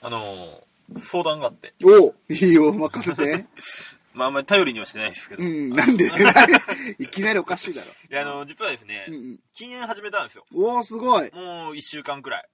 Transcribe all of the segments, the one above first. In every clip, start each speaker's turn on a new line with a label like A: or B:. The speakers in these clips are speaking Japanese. A: あのー相談があって。
B: おういいよ、任せて。
A: まあ、あんまり頼りにはしてないですけど。
B: う
A: い
B: ん、なんで いきなりおかしいだろ。
A: や、あのー実はですね、
B: うんうん。
A: 禁煙始めたんですよ。
B: おおすごい。
A: もう1週間くらい。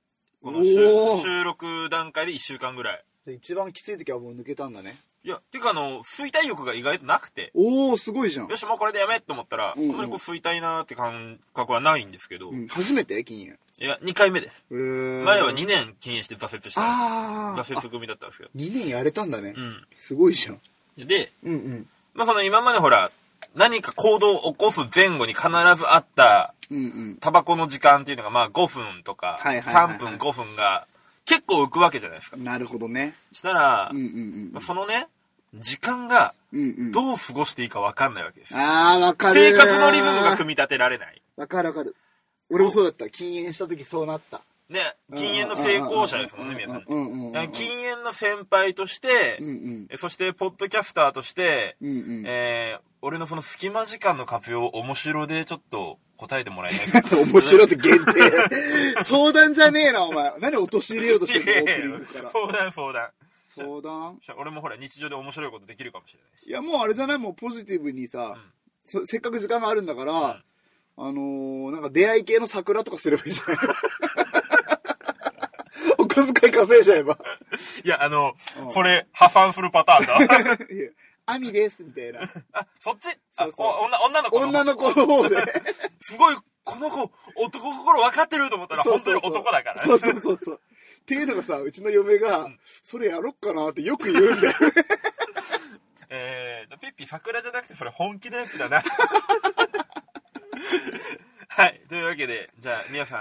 A: こ
B: お
A: の収
B: ー
A: 収録段階で1週間ぐらい。
B: 一番きつい時はもう抜けたんだね。
A: いや、ていうかあの、衰退欲が意外となくて、
B: おおすごいじゃん
A: よ。し、もうこれでやめと思ったら、
B: うんうん
A: あんまりこう衰退なーって感覚はないんですけど、
B: う
A: い
B: ん、初めて禁煙。
A: や、2回目です。
B: えー
A: 前は2年禁煙して挫折した。
B: ああ。
A: 挫折組だったんですけど。
B: 2年やれたんだね。
A: うん。
B: すごいじゃん。
A: で、
B: うんうん。
A: まあその今までほら、何か行動を起こす前後に必ずあった、
B: うんうん。
A: タバコの時間っていうのがまあ5分とか、
B: はいはいはいはい
A: 3分5分が結構浮くわけじゃないですか。
B: なるほどね。
A: したら、
B: うんうん
A: まあそのね、時間が
B: うん。うんうん。
A: どう過ごしていいか分かんないわけですよ。
B: ああ、わかる。
A: 生活のリズムが組み立てられない。
B: わかるわかる。俺もそうだった。禁煙した時そうなった。
A: ね、禁煙の成功者ですもんね、皆さんね。
B: うんうんうん。
A: だから禁煙の先輩として、
B: うんうん。
A: えそして、ポッドキャスターとして、
B: うんうん。
A: えー、俺のその隙間時間の活用を面白でちょっと答えてもらえないかな。
B: 面白いって 限定。相談じゃねえな、お前。何落とし入れようとして
A: いや
B: る
A: い
B: の、オ
A: や
B: ープニ
A: い
B: ング
A: や
B: から。
A: 相談相談。
B: 相談
A: しかも俺もほら、日常で面白いことできるかもしれないし。
B: いや、もうあれじゃないもうポジティブにさ、そせっかく時間があるんだから、あのー、なんか出会い系の桜とかすればいいじゃ ないお小遣い稼いじゃえば。
A: いや、あの
B: うん、
A: これ、破産するパターンだ。
B: いやアミです、みた いな。
A: あ、そっちあ
B: そうそう
A: お女女の子の
B: 女の子の方 で。
A: すごい、この子、男心分かってると思ったら、
B: そう
A: 本
B: そ
A: 当
B: うそ
A: に
B: う
A: 男だから。
B: そうそうそうそう。っていうのがさ、うちの嫁が、それやろっかなってよく言う んだよね。
A: えー、ピッピ桜じゃなくてそれ本気のやつだ な。はい。というわけで、じゃあ皆さ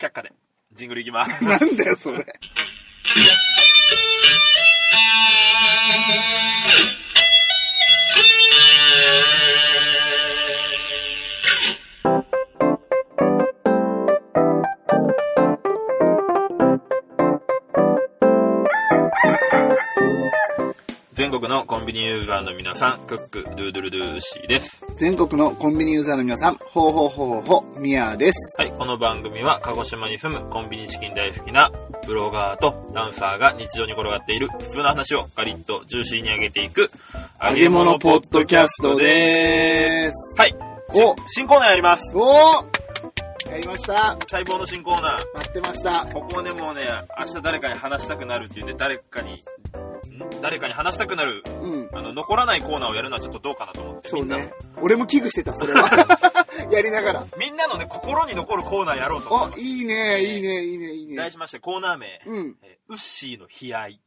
A: ん、却下で、ジングルいきます。
B: なんだよ、それ。
A: 全国のコンビニユーザーの皆さん、クック、ドゥードゥルドゥーシーです。
B: 全国のコンビニユーザーの皆さん、ほうほうほうほう、みやです。
A: はい。この番組は、鹿児島に住むコンビニチキン大好きなブロガーとダンサーが日常に転がっている普通の話をガリッとジューシーに上げていく、
B: 揚げ物ポッドキャストでーす。
A: す。はい。
B: お
A: 新コーナーやります。
B: おーやりました。
A: 待望の新コーナー。
B: 待ってました。
A: ここはね、もうね、明日誰かに話したくなるっていうんで、誰かに、ん誰かに話したくなる、
B: うん。
A: あの、残らないコーナーをやるのはちょっとどうかなと思って。
B: そうね。俺も危惧してた、それは。 やりながら。
A: みんな。みんなのね、心に残るコーナーやろうと思っ
B: お、いいね、いいね、いいね、いい
A: て。
B: ね
A: 題。しまして、コーナー名、
B: うん。
A: えーウッシーの悲哀。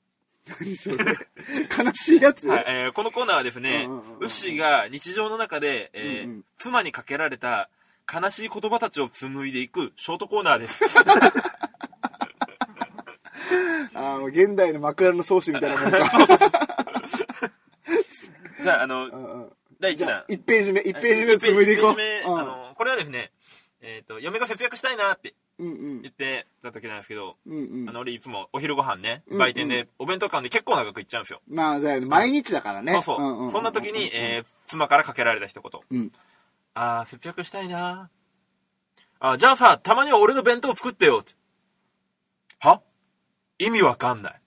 B: 何それ。悲しいやつ。
A: はい、えーこのコーナーはですね、
B: うんうんうんうん
A: ウッシーが日常の中で、えー
B: うんうん
A: 妻にかけられた悲しい言葉たちを紡いでいくショートコーナーです。
B: あの、現代の枕の創始みたいなも んか。
A: じゃあ、あの、
B: うんうん
A: 第
B: じ
A: 1
B: ゃあ
A: 弾、。
B: 1ページ目、1ページ目紡いでいこう
A: 一ページ目あ。の、これはですね、えっ、と、嫁が節約したいなって
B: うんうん
A: 言ってた時なんですけど、
B: うん。うんう
A: あ
B: ん。
A: の、俺いつもお昼ご飯ね、
B: うん
A: 売店で、お弁当買うんで結構長く行っちゃうんですよ。
B: まあ、だよね毎日だからね。
A: そうそう。
B: んうう
A: そんな時に、えー、妻からかけられた一言。
B: うん。
A: あー、節約したいなあー、じゃあさ、たまには俺の弁当作ってよっては意味わかんない。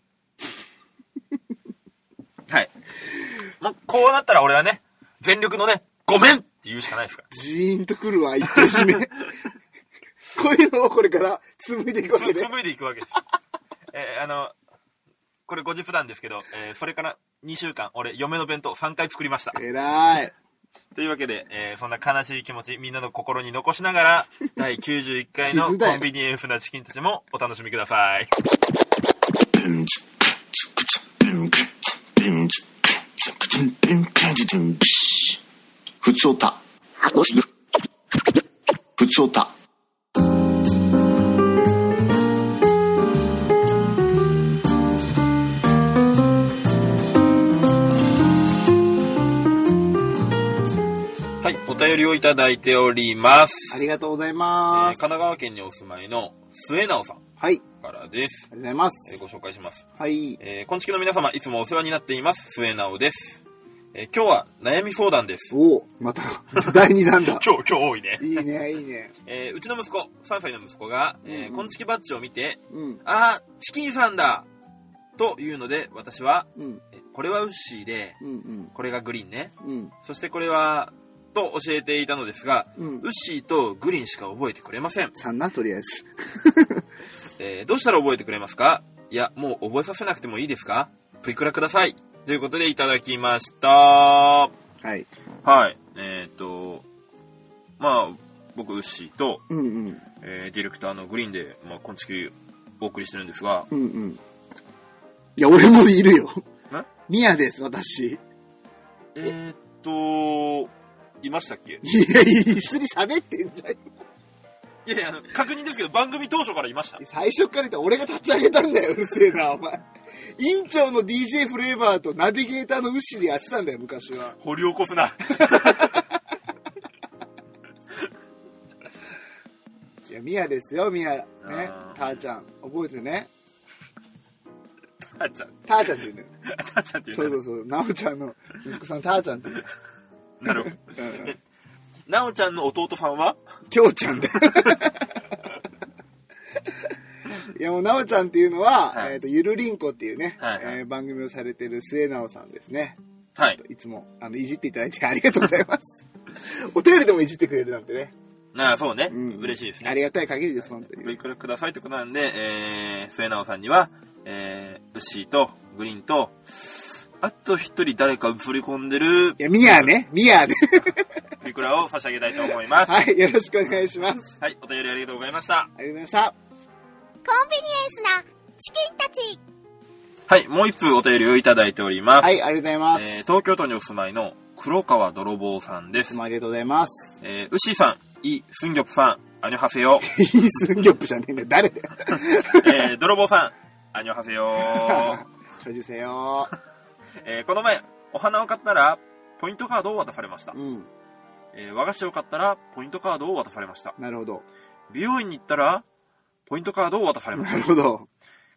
A: はい。もう、こうなったら俺はね、全力のね、ごめんって言うしかないですから。
B: ジーンとくるわ、一ページ目。こういうのをこれから紡いでいくわ
A: つ
B: けで。
A: 紡いでいくわけです。 えーあの、これ後日談ですけど、えーそれから2週間、俺、嫁の弁当3回作りました。
B: えらい。
A: というわけで、えーそんな悲しい気持ち、みんなの心に残しなが ら、第91回の
B: 傷だよ
A: コンビニエンスなチキンたちもお楽しみください。
C: ふつおた。ふつおた。
A: はい、お便りをいただいております。
B: ありがとうござい
A: えー
B: ま
A: 神
B: す。
A: 奈川県にお住まいの末直さん
B: はい。
A: からです。
B: ありがとうございま
A: えー
B: す。
A: ご紹介します。
B: はい。
A: えー、こんちきの皆様、いつもお世話になっています。末直です。えー今日は悩み相談です。
B: おお、また、 第2弾だ。
A: 今日、今日多いね。
B: いいね、いいね。
A: えーうちの息子、3歳の息子が、え
B: う
A: ー、
B: ん
A: こんちきバッジを見て、
B: うん。
A: あー、チキンさんだというので、私は、
B: うん
A: えこれはウッシーで、
B: うん
A: これがグリーンね。
B: うんうん
A: そしてこれは、と教えていたのですが、
B: うん
A: ウッシーとグリーンしか覚えてくれません。
B: さんなとりあえず
A: えーどうしたら覚えてくれますかいや、もう覚えさせなくてもいいですかプリクラください。ということでいただきました。は
B: はい
A: い。えっ、と、まあ、僕、ウッシーと、
B: うんうん
A: えーディレクターのグリーンで、まあ、昆虫お送りしてるんですが、
B: うんうんいや俺もいるよ
A: ん
B: ミヤです私
A: えっ、と、いましたっけ
B: いや一緒に喋ってんじゃん
A: いやいや、あの確認ですけど、番組当初からいました。
B: 最初から言ったら俺が立ち上げたんだよ、うるせえな、お前。院長の DJ フレーバーとナビゲーターのウシでやってたんだよ、昔は。
A: 掘り起こすな。
B: いや、ミヤですよ、ミヤ。ね
A: あー。
B: ターちゃん。覚えてね。
A: ターちゃん。
B: ターちゃんって言うんだよ。
A: ターちゃんっていう
B: そう
A: の
B: そうそう。ナオちゃんの息子さん、ターちゃんって言う。
A: なるほど。
B: うんうん
A: なおちゃんの弟さんは
B: きょうちゃんだよ。いやもう、なおちゃんっていうのは、
A: はい
B: えっ、と、ゆるりんこっていうね、
A: はいはい
B: えー番組をされてる末直さんですね。
A: はい。
B: いつも、あの、いじっていただいてありがとうございます。お便りでもいじってくれるなんてね。
A: なあ、そうね。
B: うん
A: 嬉しいです
B: あ
A: ね。
B: りがたい限りです、本当
A: ご
B: に。
A: いくらくださいってことなんで、えー、末直さんには、えー、ウッシーと、グリーンと、あと一人誰か映り込んでる
B: いや、ミヤね、ミ ヤね。
A: プリクラを差し上げたいと思います。
B: はい、よろしくお願いします。
A: はい、お便りありがとうございました。
B: ありがとうございました。
D: コンビニエンスなチキンたち
A: はい、もう一通お便りをいただいております。
B: はい、ありがとうございます。
A: えー、東京都にお住まいの黒川泥棒さんで
B: い
A: す
B: つ。もありがとうございます。
A: えー、ウッシーさん、イ・スンギョプさん、アニョハセヨ。
B: いいスンギョップじゃねえんだよ、 誰だよ。
A: えー、泥棒さん、アニョハセヨ。
B: 長寿せよ。
A: えーこの前、お花を買ったら、ポイントカードを渡されました
B: う。ん、
A: えー和菓子を買ったら、ポイントカードを渡されました。
B: なるほど。
A: 美容院に行ったら、ポイントカードを渡されまし
B: なる
A: た。
B: ほど。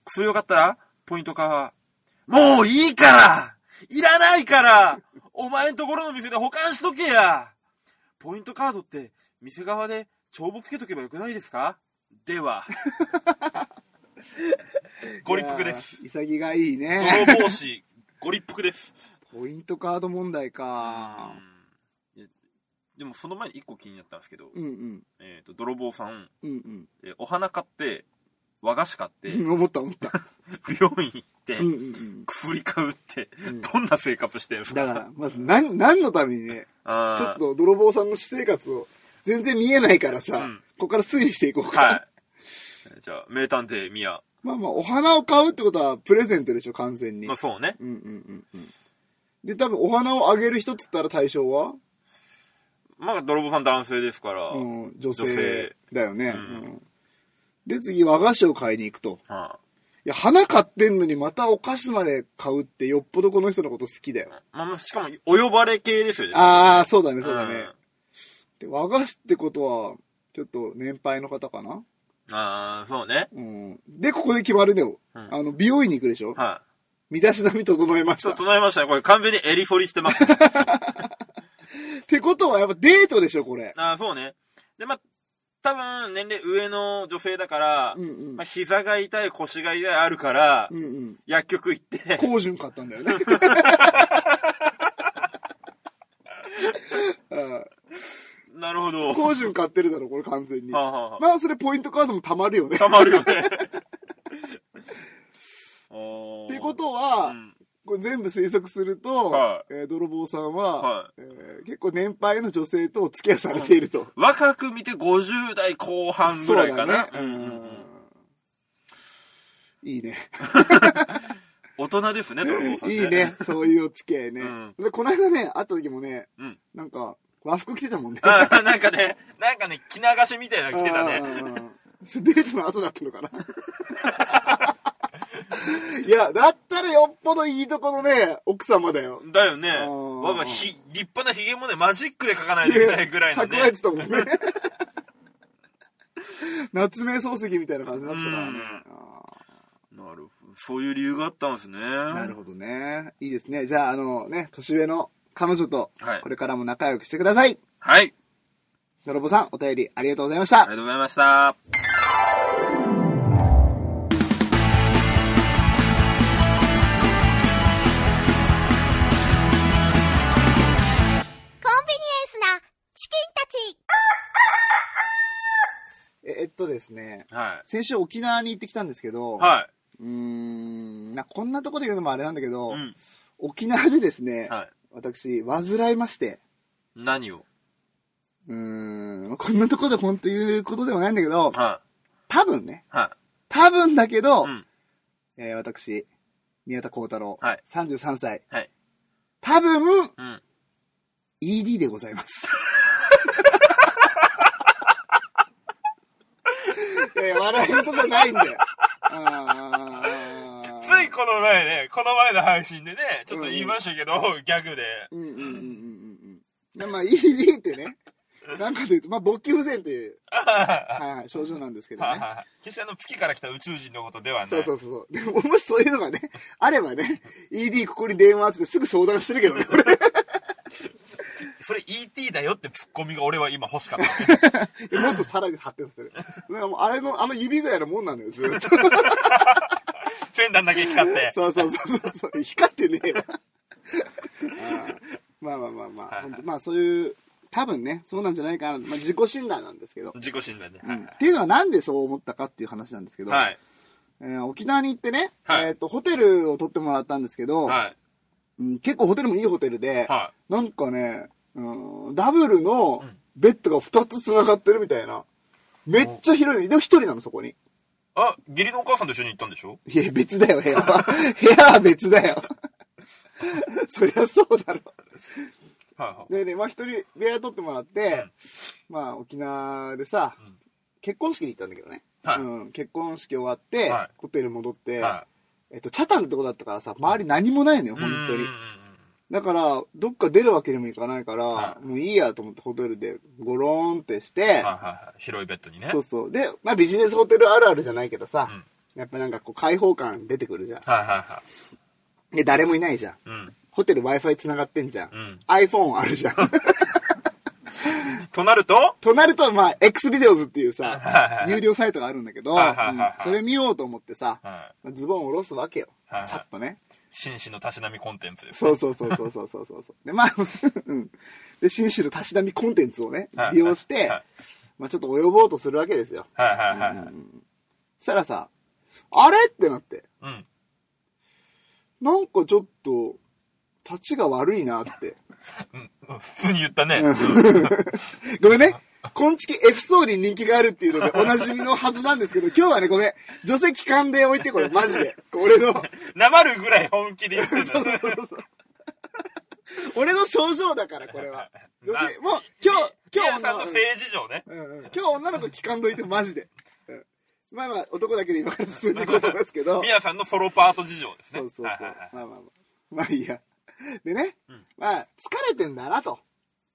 A: 薬を買ったら、ポイントカード。もういいからいらないからお前んところの店で保管しとけやポイントカードって、店側で帳簿つけとけばよくないですかで は。ご立腹です。
B: いやー。潔がいいね。
A: 泥棒師、ご立腹です。
B: ポイントカード問題か。
A: うんいやでもその前に一個気になったんですけど、
B: うんうん。
A: えー、と泥棒さん、
B: うん
A: えーお花買って和菓子買って
B: うん。 思った思った。
A: 美容院行って、
B: うんうん
A: 薬買うって、
B: うん
A: どんな生活してるんで
B: う
A: す
B: ん。
A: か
B: だから、まず、なん、何のためにね、
A: あー
B: ちょっと泥棒さんの私生活を全然見えないからさ、
A: うん
B: ここから推理していこうか。
A: はいえーじゃあ名探偵ミヤ
B: まあまあ、お花を買うってことはプレゼントでしょ、完全に。
A: まあそうね
B: うんうんうんうん。で、多分お花をあげる人っつったら対象は、
A: まあ泥棒さん男性ですから、
B: うん、女
A: 女
B: 性
A: 性
B: だよね、
A: うん
B: うんで、次和菓子を買いに行くと。
A: はい
B: や、花買ってんのにまたお菓子まで買うってよっぽどこの人のこと好きだよ。
A: まあまあ、しかもお呼ばれ系ですよね
B: ああ、そうだね、そうだね。
A: ん
B: で和菓子ってことは、ちょっと年配の方かな
A: ああそうね
B: うん。で、ここで決まるのよ。
A: うん
B: あの、美容院に行くでしょ
A: はい
B: 身だしなみ整えまし
A: ちょ
B: た。
A: っと
B: っ
A: 唱えましたねこれ完全にエリフォリしてます
B: てことはやっぱデートでしょ、これ。
A: ああ、そうね。で、まあ、多分、年齢上の女性だから、
B: うんうん
A: まあ、膝が痛い、腰が痛いあるから、
B: うんうん。
A: 薬局行って、
B: 高順買ったんだ よね。
A: なるほど。は
B: 高順買ってるだろ、これ完全に。
A: あ、
B: ま
A: はあはあ、
B: あ、それポイントカードも貯まるよ ね。
A: たまる よね。
B: っ
A: って
B: いうことは、
A: うん、
B: これ全部推測すると、
A: は
B: えー泥棒さんは、
A: はい
B: えー結構年配の女性とお付き合いされていると。
A: 若く見て50代後半ぐらいかな。
B: そうだね。うんうんうんいいね。
A: 大人ですね、泥棒さん、
B: いい。ね。そういうお付き合いね。
A: うん
B: で、この間ね、会った時もね、
A: うん
B: なんか、和服着てたもんね。
A: ああ、なんかね、なんかね、着流しみたいなの着てたね。
B: ね。それデートの後だったのかな いや、だったらよっぽどいいとこのね、奥様だよ。
A: だよね。
B: あー
A: わば、ひ、立派なヒゲもね、マジックで描かないといけないぐらいのね。
B: 蓄えてたもんね。 夏目漱石みたいな感じになってたからね。
A: なるほど。そういう理由があったんですね。
B: あーな
A: な
B: るほどね。いいですね。じゃあ、あのね、年上の彼女と
A: はい、
B: これからも仲良くしてください。
A: はい。
B: ドロボさん、お便りありがとうございまし
A: あり。
B: た
A: がとうございました。
B: ですね、
A: は
B: 先週沖縄に行ってきたんですけど、
A: い。は
B: うーん、なこんなとこで言うのもあれなんだけど、
A: い。うん。
B: 沖縄でですね、
A: はい。
B: 私、患いまして、
A: 何を
B: うーん、こんなとこで本当言うことでもないんだけど、
A: は
B: 多分ね、
A: い。は
B: 多分だけど、
A: い。うん。
B: えー私、宮田幸太郎、
A: はい
B: 33歳、
A: はい。
B: 多分、
A: うん。
B: ED でござい ます。いやいや笑い事じゃないんだよ。あー
A: ついこの前ね、この前の配信でね、ちょっと言いましたけど、ギャグで。
B: うんうんうんうんうんうんで。まあ ED ってね、なんかで言うと、まあ勃起不全 という、はい、症状なんですけど
A: はい
B: ね。
A: はい。決してあの、月から来た宇宙人のことではない。
B: そうそうそうそう。でも、もしそういうのがね、あればね、ED ここに電話つってすぐ相談して るけどね、俺。
A: それ ET だよってツッコミが俺は今欲し かったね。
B: もっとさらに発展させる。なんかもうあれの、あの指ぐらいのもんなのよ、ずっと。
A: フェンダンだけ光って。
B: そうそうそうそうそう。光ってねえわ。まあまあまあまあ、
A: はいはい
B: 本当まあそういう、多分ね、そうなんじゃないかな。まあ自己診断なんですけど。
A: 自己診断で。
B: うんっていうのはなんでそう思ったかっていう話なんですけど、
A: はい。
B: えー沖縄に行ってね、
A: はい
B: えっ、と、ホテルを取ってもらったんですけど、
A: はい。
B: うん、結構ホテルもいいホテルで、
A: は
B: なんかね、うん、ダブルの
A: うん
B: ベッドが2つ繋がってるみたいな。めっちゃ広いの。でも1人なの、そこに。
A: あ、義理のお母さんと一緒に行ったんでしょ
B: いや、別だよ、部 屋は。部屋は別だよ。 そりゃそうだろ。
A: はいはい。
B: でね、まあ一人部屋取ってもらって、まあ沖縄でさ、
A: うん
B: 結婚式に行ったんだけどね。
A: はい
B: うん、結婚式終わって、
A: はい
B: ホテル戻って、
A: は
B: えっと、チャタンってとこだったからさ、周り何もないのよ、
A: い。
B: 本当
A: うんう
B: に
A: んうん。
B: だから、どっか出るわけにもいかないから、
A: は
B: もういいやと思ってホテルでゴローンってして、
A: うん。はいはいはい。広いベッドにね。
B: そうそう。で、まあビジネスホテルあるあるじゃないけどさ、
A: うん
B: やっぱなんかこう開放感出てくるじゃん。
A: はいはいはい。
B: で、誰もいないじゃん。
A: うん。
B: ホテル Wi-Fi 繋がってんじゃん。
A: うん。
B: iPhone あ るじゃん。
A: となると
B: となると、まあ、X ビデオズっていう
A: はい
B: さ
A: は、い
B: 有料サイトがあるんだけど、う
A: はいはいはい
B: んそれ見ようと思ってさ、
A: は
B: ズボンを下ろすわけよ。
A: はいはい
B: さっとね。
A: い。紳士のたしなみコンテンツです。
B: そうそうそうそうそうそうそうそう。で、まあ、 うん。で、紳士のたしなみコンテンツをね
A: は、い
B: 利用し
A: はい
B: て
A: はい、
B: まあ、ちょっと及ぼうとするわけですよ。
A: はいはいはいは
B: う
A: い。
B: んそしたらさ、あれってなって、
A: うん。
B: なんかちょっと、立ちが悪いな って。
A: うんうん普通に言ったね。
B: ごめんね。コンチキ F 層に人気があるっていうのでおなじみのはずなんですけど、今日はね、ごめん。女性機関で置いて、これ、マジで。俺の、
A: なまるぐらい本気で言ってた。
B: そうそうそう俺の症状だから、これは。女
A: まあ
B: 性、もう、今日、今
A: 今
B: 日
A: 日さ
B: 女
A: ん
B: の
A: と
B: 子、
A: 性事情ね。
B: うんうん今日女の子機関どいて、マジで。うんまあまあ、男だけで今から進んでいこうと思いますけど。
A: みやさんのソロパート事情ですね。
B: そうそうそう。
A: はいは
B: ま
A: い
B: あまあまあ。まあいいや。でね、
A: ん
B: まあ、疲れてんだなと。
A: はい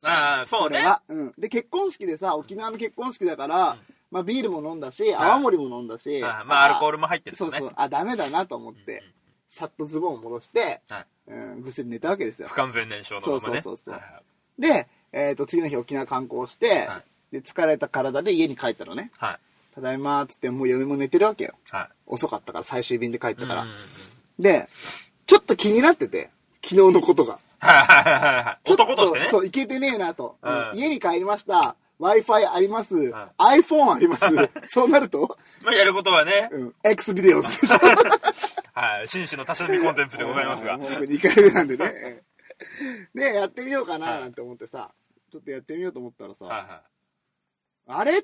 A: ああ、そう
B: これ
A: ね。
B: は。うん。で、結婚式でさ、沖縄の結婚式だから、まあビールも飲んだし、
A: い
B: 泡盛も飲んだし、
A: あまあ、アルコールも入ってる
B: そ
A: と
B: う
A: ね
B: そう。。あ、ダメだなと思って、さっとズボンを戻して、
A: はい
B: うん、ぐっすり寝たわけですよ
A: 不。完全燃焼のままね。
B: そうそうそうそう
A: はいはい
B: で、えっ、と、次の日沖縄観光して、
A: は
B: で、疲れた体で家に帰ったのね。
A: はい。
B: ただいまーっつって、もう嫁も寝てるわけよ。
A: は
B: 遅かったから、最終便で帰っ
A: い。
B: たから。
A: うんうんうん
B: で、ちょっと気になってて、昨日のことが。
A: はいはいはいはい。
B: ちょっ
A: 男としてね。
B: そう、いけてねえなと。
A: うん
B: 家に帰りました。Wi-Fi あります。
A: ん
B: iPhone あ ります。そうなると、
A: まあ、やることはね、
B: うん、X ビデオズでしょ。
A: はい。紳士のたしなみコンテンツでございます が。
B: 2回目なんでね。で、やってみようかななんて思ってさ、ちょっとやってみようと思ったら
A: はい
B: さ、
A: はい。
B: あれっ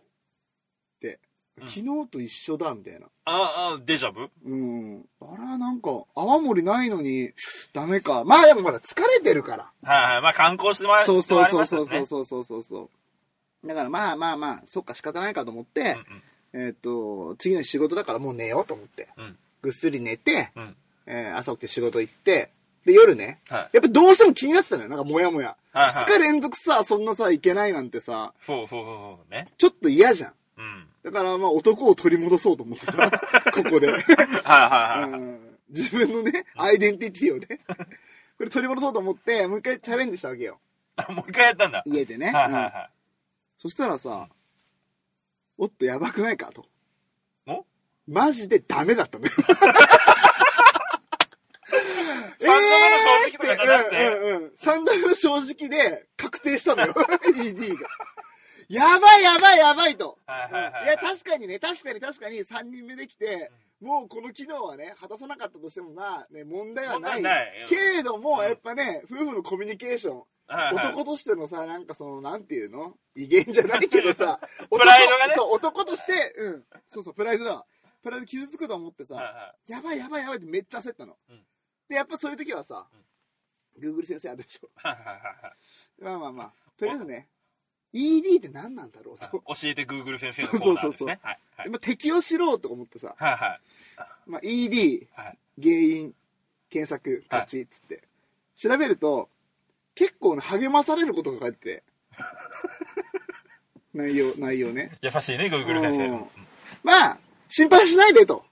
B: て、
A: うん
B: 昨日と一緒だ、みたいな。
A: ああ、デジャブ
B: うん。あら、なんか、泡盛ないのに、ダメか。まあでもほら、疲れてるから。
A: はいはい。まあ、観光してま
B: そ
A: し
B: う
A: て
B: そう
A: まいり
B: そ
A: ま
B: う
A: した
B: そう
A: し
B: そ
A: ね
B: う。そうそうそうそう。だからまあまあまあ、そっか仕方ないかと思って、えーっと、次の日仕事だからもう寝ようと思って。
A: うんうんうん
B: ぐっすり寝て、
A: うん。
B: えー朝起きて仕事行って、で、夜ね、
A: はい
B: やっぱどうしても気になってたのよ、なんかモヤモヤ。
A: はいはい
B: 2日連続さ、そんなさ、いけないなんてさ、
A: そうそうそうそう。ね。
B: ちょっと嫌じゃん。
A: うん。
B: だからまあ男を取り戻そうと思っ てさ、ここで。
A: はいは
B: う
A: いはい。
B: ん自分のね、アイデンティティをね、これ取り戻そうと思って、もう一回チャレンジしたわけよ。
A: あもう一回やったんだ。
B: 家で
A: は
B: ね。
A: いはい
B: うん
A: は
B: そしたらさ、おっとやばくないかと。
A: い。お
B: マジでダメだったのよ。え
A: 三度目の正直とか じゃなくて
B: ーってうんうんうん、3度目の正直で確定したのよ、ED が。やばいやばいやばいと。
A: はいはいはい
B: いや、確かにね、確かに確かに3人目できて、もうこの機能はね、果たさなかったとしてもまあ、ね、問題はない。
A: 問題ないうん
B: けれども、
A: うん
B: やっぱね、夫婦のコミュニケーション、
A: はいはい
B: 男としてのさ、なんかその、なんていうの威厳じゃないけどさ、
A: プライドがね
B: 男そう、男として、うん、そうそう、プライドだわ。プライド傷つくと思って
A: はい
B: さ、
A: は
B: やばいやばいやばいってめっちゃ焦ったの。
A: うん
B: で、やっぱそういう時はさ、Google 先生あるでしょ。
A: いはいはいはい
B: まあまあまあ、とりあえずね、ED って何なんだろうと。
A: 教えて Google 先生のコーナーですね。はいはい
B: まあ、適用しろと思ってさ、
A: はいはい
B: まあ、ED、
A: はい
B: 原因、検索、
A: はい
B: 勝ち、つって、調べると、結構ね、励まされることが書い てて。内容、内容ね。
A: 優しいね、Google 先生
B: う
A: も。
B: んまあ、心配しないでと。
A: うん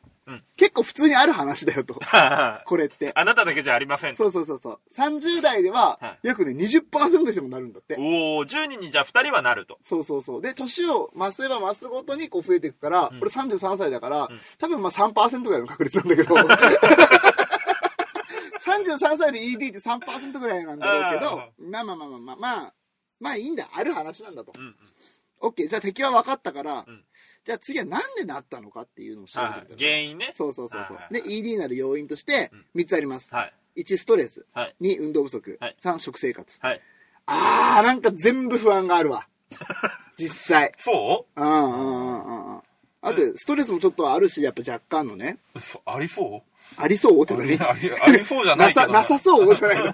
B: 結構普通にある話だよと。
A: はいはい
B: これって。
A: あなただけじゃありません。
B: そうそうそうそう。30代では
A: は、
B: 約ね、20%の人もなるんだって。
A: おお10人にじゃあ2人はなると。
B: そうそうそう。で、年を増せば増すごとにこう増えていくから、
A: ん
B: 俺33歳だから、多分まあ3%ぐらいの確率なんだけど。33歳で ED って3%ぐらいなんだろうけ
A: あ
B: ど、まあまあまあまあまあ、まあ、まあいいんだ。ある話なんだと
A: う。んうん
B: オッケーじゃあ敵は分かったから、
A: ん
B: じゃあ次はなんでなったのかっていうのを調べて
A: はい
B: みたの
A: 原因ね。
B: そうそうそうそう
A: はい。
B: で、ED なる要因として3つあります。
A: はい。
B: 1、ストレス。
A: はい。
B: 2、運動不足。
A: はい
B: 3、食生活。
A: はい。
B: あー、なんか全部不安がある わ。実際。
A: そ
B: うんうんうんうん。あと、ストレスもちょっとあるし、やっぱ若干のね。
A: う嘘ありそう
B: ありそうって
A: あ
B: 何
A: りありありそうじゃないけど
B: さ、なさそうじゃないの。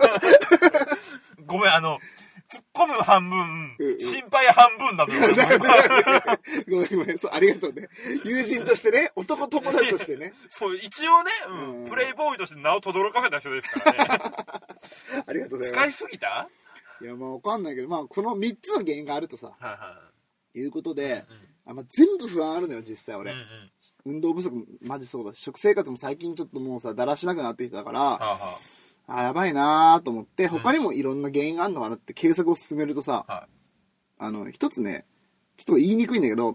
A: ごめん、あの、突っ込む半分
B: うんう、ん
A: 心配半分なのよ。
B: ごめんごめん。そう、ありがとうね。友人としてね、男友達としてね。
A: そう、一応ね、うん
B: うん
A: プレイボーイとして名を轟かせた人ですから ね。
B: ありがとうございま
A: 使い
B: す。
A: すぎた
B: いや、まあわかんないけど、まあこの3つの原因があるとさ、
A: はいは
B: いうことで、あまあ、全部不安あるのよ、実際
A: い。うん
B: 俺
A: う。ん。
B: 運動不足もマジそうだし、食生活も最近ちょっともうさ、だらしなくなってきたから、
A: はは
B: あ、やばいなーと思って、他にもいろんな原因があるのかなって検索を進めるとさ、
A: は
B: あの、一つね、ちょっと言いにくいんだけど、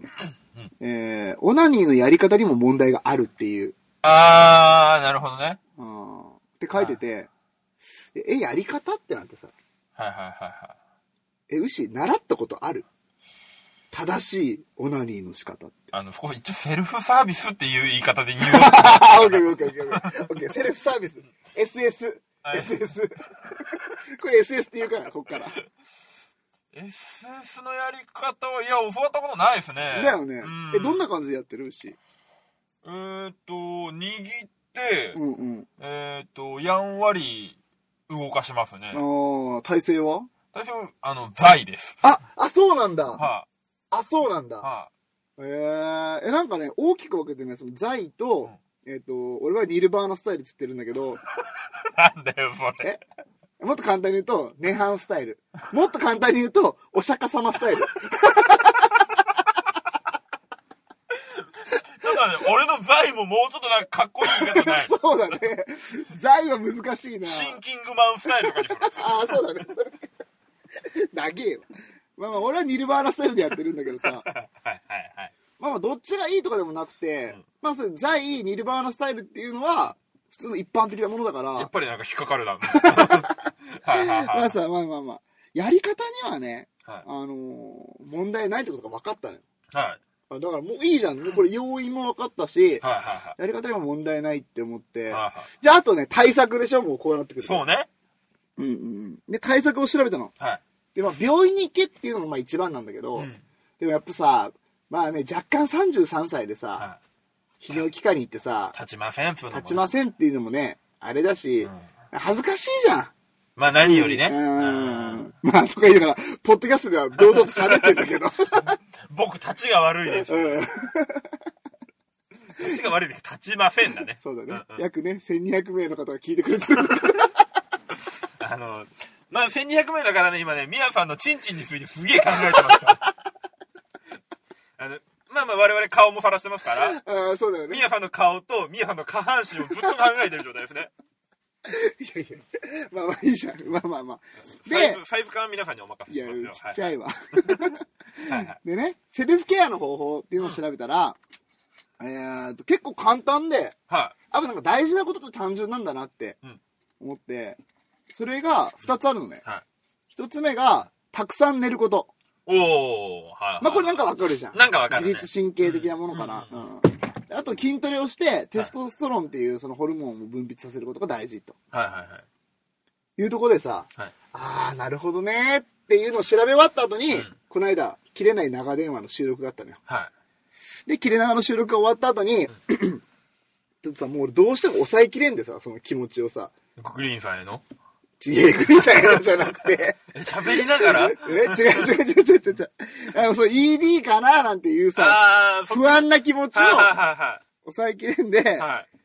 B: えー、オナニーのやり方にも問題があるっていう、
A: あー、なるほどね。
B: うん、って書いてて、え、やり方ってなんてさ、
A: はいはいは
B: え、牛、習ったことある正しいオナニーの仕 方って。
A: い。あの、ここ一応セルフサービスっていう言い方で入力 して
B: あ、オッケーオッケーオッケーオッケー。オッケー、セルフサービス。SS。
A: はい
B: SS。これ SS って言うから、こっから。
A: SS のやり方を、いや、教わったことないですね。
B: だよね
A: う。
B: え、どんな感じでやってる牛。
A: えーっと、握って、
B: うんうん。
A: えーっと、やんわり動かしますね。
B: ああ、体勢は
A: 私は、あの、財です。
B: あ、あ、そうなんだ。
A: は
B: あ、そうなん
A: い、
B: だ。
A: は
B: えー、え、なんかね、大きく分けてね、その、財と、えっと、俺はニルバーナスタイルって言ってるんだけど、
A: い、 なんだよ、それ。
B: もっと簡単に言うと、涅槃スタイル。もっと簡単に言うと、お釈迦様スタイル。
A: ちょっと待って、俺の財ももうちょっとなんかかっこいい言い方ない。
B: そうだね。財は難しいな。
A: シンキングマンスタイルとかにする。
B: ああ、そうだね。それだけよ。まあまあ、俺はニルバーナスタイルでやってるんだけどさ。
A: はいはいはい。
B: まあまあ、どっちがいいとかでもなくて、まあ、それ、在、ニルバーナスタイルっていうのは、普通の一般的なものだから、
A: やっぱりなんか引っかかるな。はいはい
B: ま
A: は
B: あ
A: い。
B: さ、まあまあまあ、やり方にはね、
A: はい
B: あのー問題ないってことが分かったのよ。
A: はい
B: あだからもういいじゃん。もうこれ要因も分かったし、
A: はいは
B: やり方にも問題ないって思って、
A: いはい。
B: じゃあ、あとね、対策でしょもうこうなってくると。
A: そうね。
B: うんうんうん。で、対策を調べたの。
A: はい。
B: で、まあ、病院に行けっていうのがまあ一番なんだけど、
A: うん
B: でもやっぱさ、まあね、若干33歳でさ、
A: は
B: 泌尿器科に行ってさ
A: い、立ちません、普通のもの
B: 立ちませんっていうのもね、あれだし、
A: うん
B: 恥ずかしいじゃん。
A: まあ何よりね。
B: う
A: うん
B: ん。まあ、とか言いながら、ポッドキャストでは堂々と喋ってんだけど。
A: 僕、立ちが悪いです。立ちが悪いです。立ちませんだね。
B: そうだね。
A: んん
B: 約ね、1200名の方が聞いてくれてる。
A: あの、まあ、1200名だからね、今ね、ミヤさんのチンチンについてすげえ考えてます から。あの、まあまあ我々顔もさらしてますから、
B: ああ、そうだよね。
A: ミ
B: いや
A: ヤさんの顔とミヤさんの下半身をずっと考えてる状態ですね。
B: いや。まあまあいいじゃん。まあまあまあ。
A: サイ
B: で
A: ズ、サイズ感は皆さんにお任せ
B: い
A: し
B: や、
A: ま
B: ち
A: すよ。
B: っちゃいわ。
A: はいはい。
B: でね、セルフケアの方法っていうのを調べたら、えーっと、結構簡単で、
A: は
B: あ、なんか大事なことって単純なんだなって
A: うん
B: 思って、それが2つあるのね
A: い。。はい。
B: 1つ目が、たくさん寝ること。
A: おおおはい、はい。
B: まあこれなんかわかるじゃん。
A: なんかわかるね
B: 自律神経的なものかな。うんあと筋トレをして、テストストロンっていうそのホルモンを分泌させることが大事と
A: はいはいはい。
B: いうところでさ、
A: はい。
B: ああ、なるほどねっていうのを調べ終わった後に、
A: うん
B: この間、切れない長電話の収録があったのよ。
A: はい。
B: で、切れ長の収録が終わった後に、 ちょっとさ、もう俺どうしても抑えきれんでさ、その気持ちをさ、
A: グリーンさんへの
B: ちげえぐりさやろじゃなくて、
A: え喋りながら
B: え、違う違う違う違う違う違う。あの、そう、ED かななんていうさ、
A: ああ、そっ
B: 不安な気持ちを
A: か。は
B: 抑えきれんで、
A: いはいはい。はい。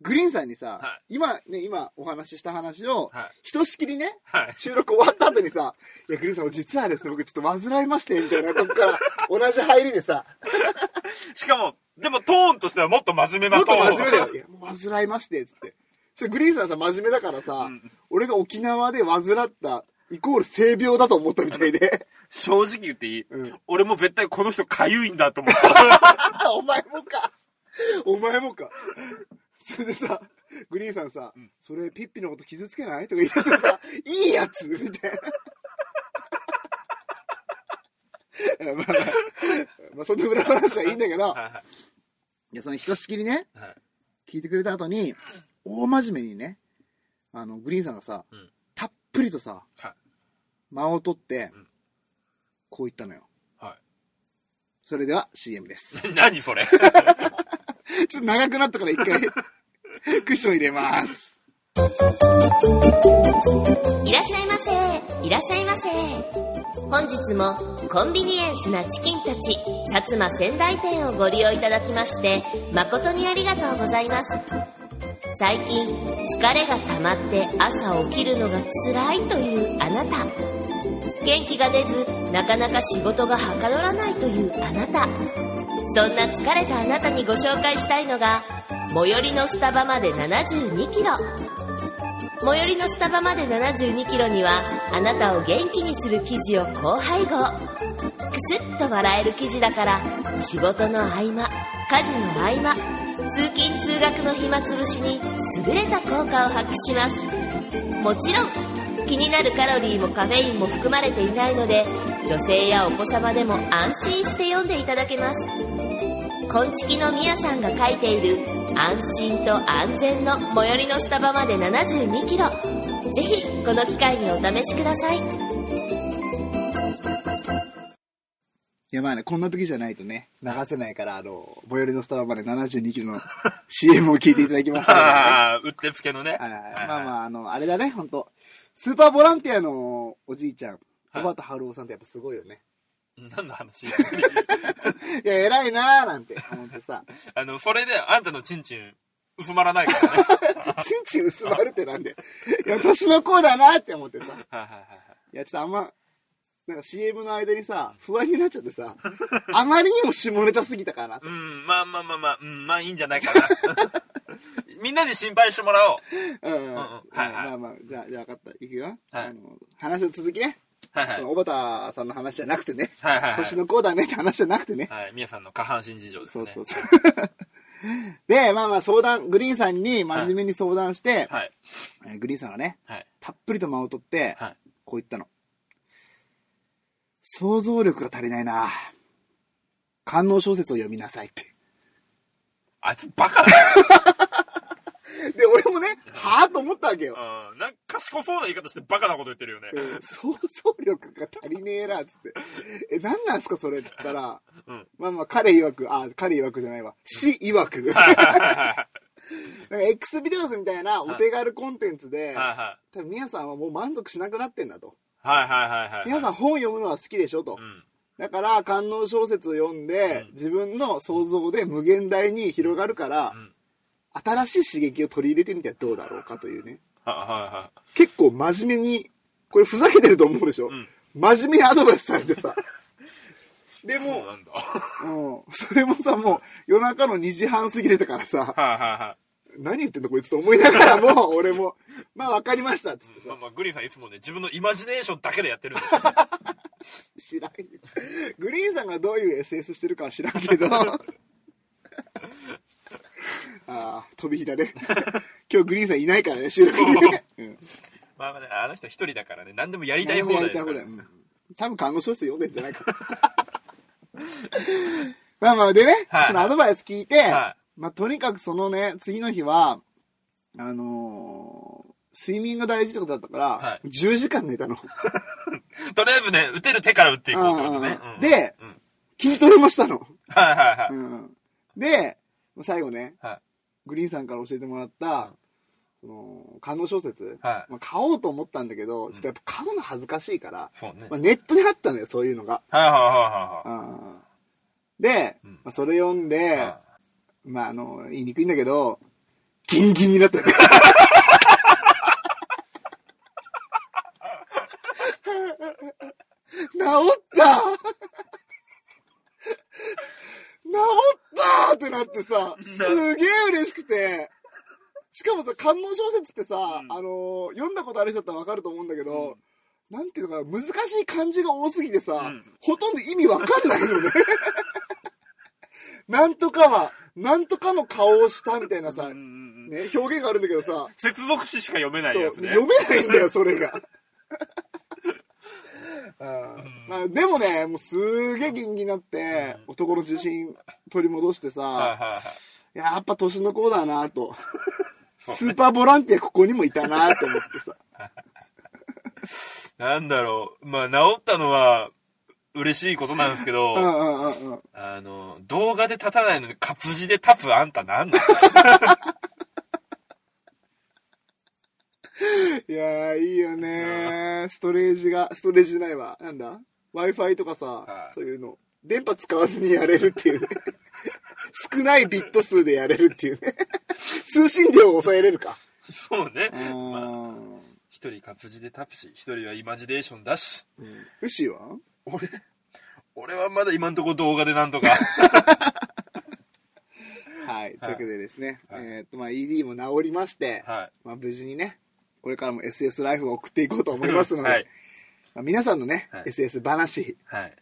B: グリーンさんにさ、
A: は
B: 今ね、今お話しした話を、
A: はい
B: ひとしきりね、
A: はい
B: 収録終わった後にさ、いや、グリーンさん、実はですね、僕ちょっと患いまして、みたいなとこから、同じ入り でさ、
A: しかも、でもトーンとしてはもっと真面目
B: も
A: な
B: っ
A: ト
B: と
A: ーン。
B: 真面目だよ。いや、もう患いまして、つって。それグリーンさんさ、真面目だからさ、俺が沖縄で患った、イコール性病だと思ったみたいで、
A: 正直言っていい、
B: うん
A: 俺も絶対この人痒いんだと思った。
B: あお前もか。お前もか。それでさ、グリーンさんさ、それピッピのこと傷つけないとか言い出してさ、いいやつみたい な。まあまあ、まあ、その裏話はいいんだけど、
A: はい
B: や、そのひとしきりね、
A: いはい。
B: 聞いてくれた後に、大真面目にね、あの、グリーンさんがさ、
A: うん
B: たっぷりとさ、
A: はい
B: 間を取って、
A: ん
B: こう言ったのよ。
A: は
B: それでは CM です。
A: い。何それ
B: ちょっと長くなったから一 回、クッション入れます。
D: いらっしゃいませいらっしゃいませ本日もコンビニエンスなチキンたち薩摩仙台店をご利用いただきまして誠にありがとうございます最近疲れが溜まって朝起きるのが辛いというあなた元気が出ずなかなか仕事がはかどらないというあなたそんな疲れたあなたにご紹介したいのが最寄りのスタバまで72キロ最寄りのスタバまで7 2キロにはあなたを元気にする記事を高配合クスッと笑える記事だから仕事の合間家事の合間通勤通学の暇つぶしに優れた効果を発揮しますもちろん気になるカロリーもカフェインも含まれていないので女性やお子様でも安心して読んでいただけます昆虫のみやさんが書いている安心と安全の最寄りのスタバまで7 2キロぜひこの機会にお試しください
B: いやまあね、こんな時じゃないとね、流せないから、あの、最寄りのスタバまで72キロ の CM を聞いていただき ましたけどね、
A: ああ、うってつけのね。
B: はいはいまあまあ、あの、あれだね、本当スーパーボランティアのおじいちゃん、
A: い
B: 小畑春夫さんってやっぱすごいよね。
A: 何の話
B: いや、偉いなーなんて思って さ、
A: あの、それであんたのチンチン薄まらない からね。
B: ちんちん薄まるってなんで、いや、年の子だなーって思ってさ、
A: はいはいはい
B: いや、ちょっとあんま、なんか CM の間にさ、不安になっちゃってさ、あまりにも下ネタすぎたかな
A: はい。うん、まあまあまあまあ、うん、まあいいんじゃないかな。 みんなに心配してもらおう。
B: うんうんうん
A: はいはい
B: まあまあ、じゃあ、じゃあ分かった。いくよ。
A: はい
B: あの、話の続きね。
A: はいはい
B: その、。小畑さんの話じゃなくてね。
A: はいはいはい
B: 年の子だねって話じゃなくてね。
A: はい、皆さんの下半身事情です
B: そ
A: ね。
B: うそうそう。 で、まあまあ相談、グリーンさんに真面目に相談して、
A: はい。
B: えーグリーンさんがね、
A: はい。
B: たっぷりと間を取って、
A: はい。
B: こう言ったの。想像力が足りないな官能小説を読みなさいって。
A: あいつバカだよ。
B: で、俺もね、はぁと思ったわけよ。
A: うん。なんか賢そうな言い方してバカなこと言ってるよね。
B: うん 想像力が足りねえな、つって。え、なんなんすか、それ、つったら、
A: うん
B: まあまあ、彼曰く、あ、彼曰くじゃないわ。死曰く。
A: はい
B: なんか、
A: はいは
B: X ビデオスみたいなお手軽コンテンツ
A: い
B: で、
A: は
B: 多分、皆さんはもう満足しなくなってんだと。
A: い。はいはいはいはい。
B: 皆さん本読むのは好きでしょ、と
A: う。ん。
B: だから、官能小説を読んで
A: うん、
B: 自分の想像で無限大に広がるから
A: うん、
B: 新しい刺激を取り入れてみてはどうだろうかというね。
A: はいはいはい。
B: 結構真面目に、これふざけてると思うでしょ、
A: ん
B: 真面目にアドバイスされてさ。 で
A: そう
B: も、
A: なんだ。は
B: うん、それもさ、もう夜中の2時半過ぎてたからさ、
A: いはいはい。
B: 何言ってんのこいつと思いながらも、俺も、まあわかりましたっつって
A: まあ
B: さ、
A: まあ、グリーンさんいつもね、自分のイマジネーションだけでやってるんです よ。
B: 知らんよ。グリーンさんがどういう SS してるかは知らんけ ど、ああ、飛び火だね。今日グリーンさんいない からね、収録にね。うん
A: まあまあね、あの人一人だからね、何でもやりたい放題ですから。
B: 何もやりたい放題うん多分看護小説読んでんじゃないか な。まあまあでね、
A: はい
B: そのアドバイス聞いて、
A: は
B: まあとにかくそのね、次の日は、あのー睡眠が大事ってことだったから、
A: は
B: 10時間寝たの。
A: とりあえずね、打てる手から打っていこうってことね
B: うんうん。
A: うん
B: で
A: うん
B: 筋トレもしたの。
A: はいはいは
B: う
A: い。
B: ん。で、最後ね、
A: はい
B: グリーンさんから教えてもらった、その、感動小説、
A: はい
B: まあ、買おうと思ったんだけど、ちょっとやっぱ買うの恥ずかしいから、
A: そうね。
B: まあ、ネットにあったのよ、そういうのが。
A: はいはいは
B: うんで、
A: うん
B: まあ、それ読んで、
A: いはいは
B: まあ、あの、言いにくいんだけど、ギンギンになった。治った治ったってなってさ、すげえ嬉しくて。しかもさ、観音小説ってさ、
A: うん
B: あの読んだことある人だったらわかると思うんだけど、なんていうのかな、難しい漢字が多すぎてさ、
A: うん
B: ほとんど意味わかんないのね。なんとかは、なんとかの顔をしたみたいなさ、
A: い。うんう
B: ね、
A: んうん
B: 表現があるんだけどさ、
A: 接続詞しか読めない
B: そう
A: やつね。
B: 読めない んだよ、それが。あーまあ、でもね、もうすげえ元気になって、男の自信取り戻して
A: はい
B: さ、
A: はいはい。
B: やっぱ年の子だなと。 スーパーボランティアここにもいたなと思って さ。
A: なんだろう。まあ、治ったのは、嬉しいことなんですけど、
B: うんうんうんうん。
A: あの、動画で立たないのに活字で立つあんたなんなん
B: いやー、いいよねー。ストレージが、ストレージじゃないわ。なんだ ?Wi-Fi とかさ、
A: はい
B: そういうの。電波使わずにやれるっていうね。 少ないビット数でやれるっていうね。 通信量を抑えれるか。
A: そうね。
B: うーん
A: まあ、一人活字で立つし、一人はイマジネーションだし、
B: うんウシは
A: 俺、俺はまだ今んとこ動画でなんとか。
B: はい。というわけでですね、
A: はい
B: えーっと、まあ、ED も治りまして、
A: はい。
B: まあ、無事にね、これからも SS ライフを送っていこうと思いますので、
A: はい。
B: まあ皆さんのね、
A: はい
B: SS 話
A: はい。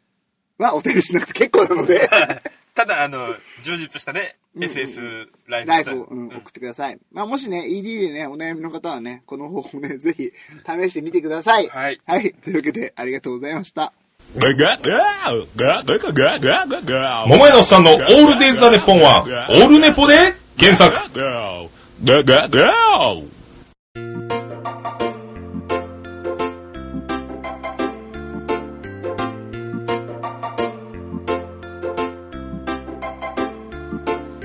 B: はお便りしなくて結構なので、
A: ただ、あの、充実したね、
B: うんうん
A: SS ライブ
B: ライ
A: スタ
B: フ
A: イル
B: を、うん
A: うん
B: 送ってください。まあ、もしね、ED でね、お悩みの方はね、この方法ね、 ぜひ試してみてください。
A: はい
B: はい。というわけで、ありがとうございました。
E: 桃屋のおっさんのオールデイズ・ザ・ネッポンは、オールネポで検索。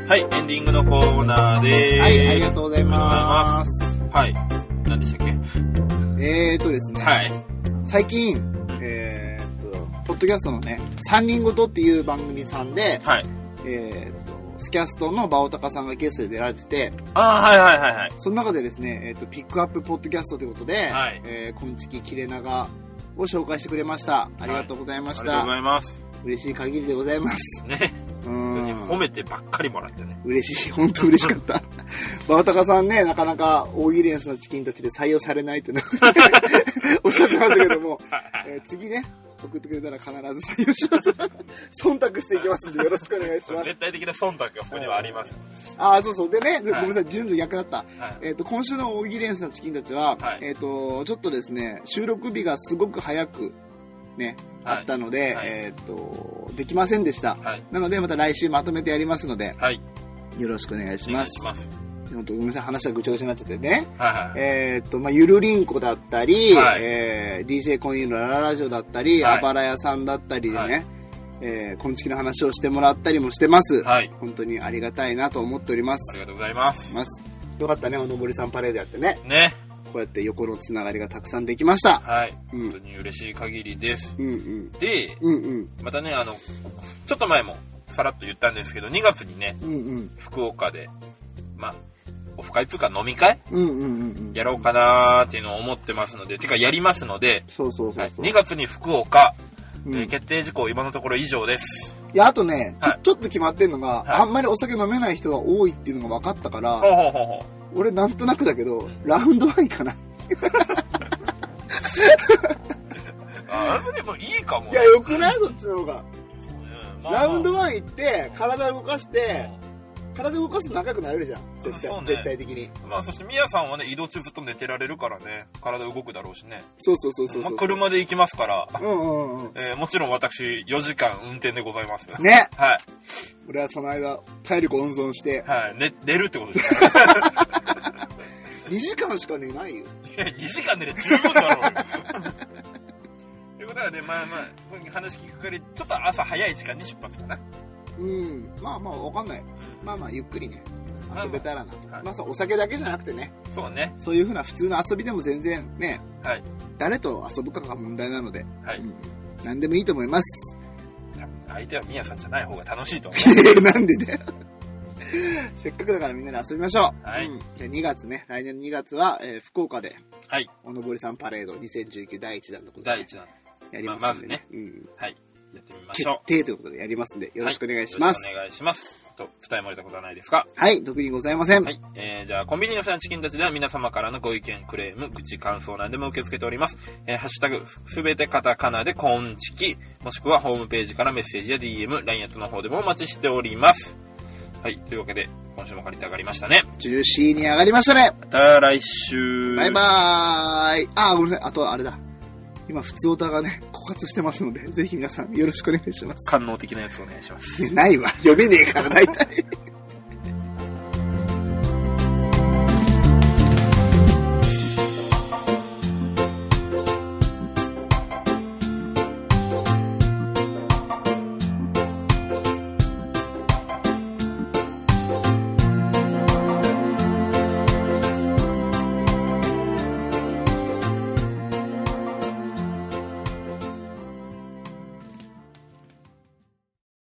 A: はい、エンディングのコーナーでーす。
B: はい、ありがとうございま
A: あ
B: す。
A: りがとうございます。はい。何でしたっけ
B: えーとですね、
A: はい。
B: 最近、えーっと、ポッドキャストのね、三人ごとっていう番組さんで、
A: はい。
B: えーっと、スキャストのバオタカさんがゲストで出られてて、
A: あー、はいはいはいはい。
B: その中でですね、えーっと、ピックアップポッドキャストということで、
A: はい
B: えー、こんちき切れ長を紹介してくれました。ありがとうござい
A: あ
B: ま
A: り
B: し
A: が
B: た。
A: とうございます。
B: 嬉しい限りでございます。
A: ね。
B: う
A: 褒
B: ん。
A: めてばっかりもらってね。
B: 嬉しい。本当嬉しかった。バオタカさんね、なかなか大喜利エンスのチキンたちで採用されないっ てねおっしゃってましたけども、えー次ね、送ってくれたら必ず採用します。忖度していきますんでよろしくお願いします。
A: 絶対的な忖度がここにはあります。
B: ああ、そうそう。でね、ごめんなさい、順序逆だった。
A: はい
B: えっ、と、今週の大喜利エンスのチキンたちは、
A: はい
B: えっ、と、ちょっとですね、収録日がすごく早く、ね、
A: はい
B: あったので、
A: はい
B: えっ、と、できませんでした。
A: はい。
B: なので、また来週まとめてやりますので、
A: はい。
B: よろしくお願いし
A: お
B: ま
A: 願い
B: す
A: し。ます。
B: 本当ごめんなさい、話がぐちゃぐちゃになっちゃってね。
A: はいはい。
B: えーっと、まあ、ゆるりんこだったり、
A: はい
B: えー DJ コインのラララジオだったり、
A: はい
B: あばら屋さんだったりでね、
A: はい
B: えー、こんちきの話をしてもらったりもしてます。
A: はい。
B: 本当にありがたいなと思っておりま
A: あり
B: す。
A: がとうございます。
B: ますよかったね、おのぼりさんパレードやってね。
A: ね。
B: こうやって横のつながりがたくさんできました。
A: はい。
B: うん
A: 本当に嬉しい限りです。
B: うんうん。
A: で、
B: うんうん。
A: またね、あの、ちょっと前もさらっと言ったんですけど、2月にね、
B: うんうん。
A: 福岡で、まあ、オフ会つうか飲み会
B: うんうんうんうん。
A: やろうかなーっていうのを思ってますので、てかやりますので、
B: そうそうそ
A: はいう
B: そう。
A: 2月に福岡、
B: うん
A: えー決定事項今のところ以上です。
B: いや、あとね、ちょ,、
A: はい
B: ちょっと決まってんのが、
A: い
B: あんまりお酒飲めない人が多いっていうのが分かったから、
A: ほうほうほうほ
B: 俺なんとなくだけど、ラウンドワンかな。
A: う。あー、でもいいかも。
B: いや、よくないそっちの方が。
A: うんまあまあ
B: ラウンドワン行って、体動かして
A: う、ん
B: 体動かすと仲良くなれるじゃん。絶対,、
A: そうね
B: 絶対的に
A: まあ、そして、みやさんはね、移動中ずっと寝てられるからね、体動くだろうしね。
B: そうそうそうそうそう、
A: まあ、車で行きますから、
B: うんうんうん
A: えーもちろん私、4時間運転でございます。
B: ね
A: はい。
B: 俺はその間体力温存して
A: はい。寝、寝るってことです
B: 2時間しか寝ないよ
A: ね。いや、2時 間寝れば十分だろうよ。ということはね、まあまあ、話聞く限り、ちょっと朝早い時間に出発かな。
B: うんまあまあわかんないまあまあゆっくりね
A: まあ
B: 遊べたらなと、
A: はい
B: まあさお酒だけじゃなくてね
A: そうね。
B: そういうふうな普通の遊びでも全然ね
A: はい。誰
B: 誰と遊ぶかが問題なので、
A: はい。
B: うん、何でもいいと思います
A: 相手はみやさんじゃない方が楽しいと 思
B: なんでだよ。せっかくだからみんなで遊びましょう。
A: はい
B: うんで2月ね、来年の2月は、えー福岡で、
A: う。はい。
B: おのぼりさんパレード2019第1弾のことで、
A: 第一弾。
B: やりますんで
A: まあま
B: ね。うん
A: はい。やってみまし
B: 決
A: ょ
B: 定ということでやりますんで、
A: う。
B: よろしくお願いします。
A: は、
B: はいい、
A: よろしくお願いします。と、伝え漏れたことはないですか
B: 特にございません。
A: はい。えー、じゃあ、コンビニのさんチキンたちでは皆様からのご意見、クレーム、愚痴、感想なんでも受け付けております。えー、ハッシュタグ、すべてカタカナでコンチキ、もしくはホームページからメッセージや DM、LINE アットの方でもお待ちしております。はい。というわけで、今週も借りて上がりましたね。
B: ジューシーに上がりましたね。
A: また来週。
B: バイバーイ。あー、ごめんなさい。あとはあれだ。今、普通オタがね、枯渇してますので、ぜひ皆さんよろしくお願いします。
A: 官能的なやつお願いします。
B: ねないわ。読めねえから、大体。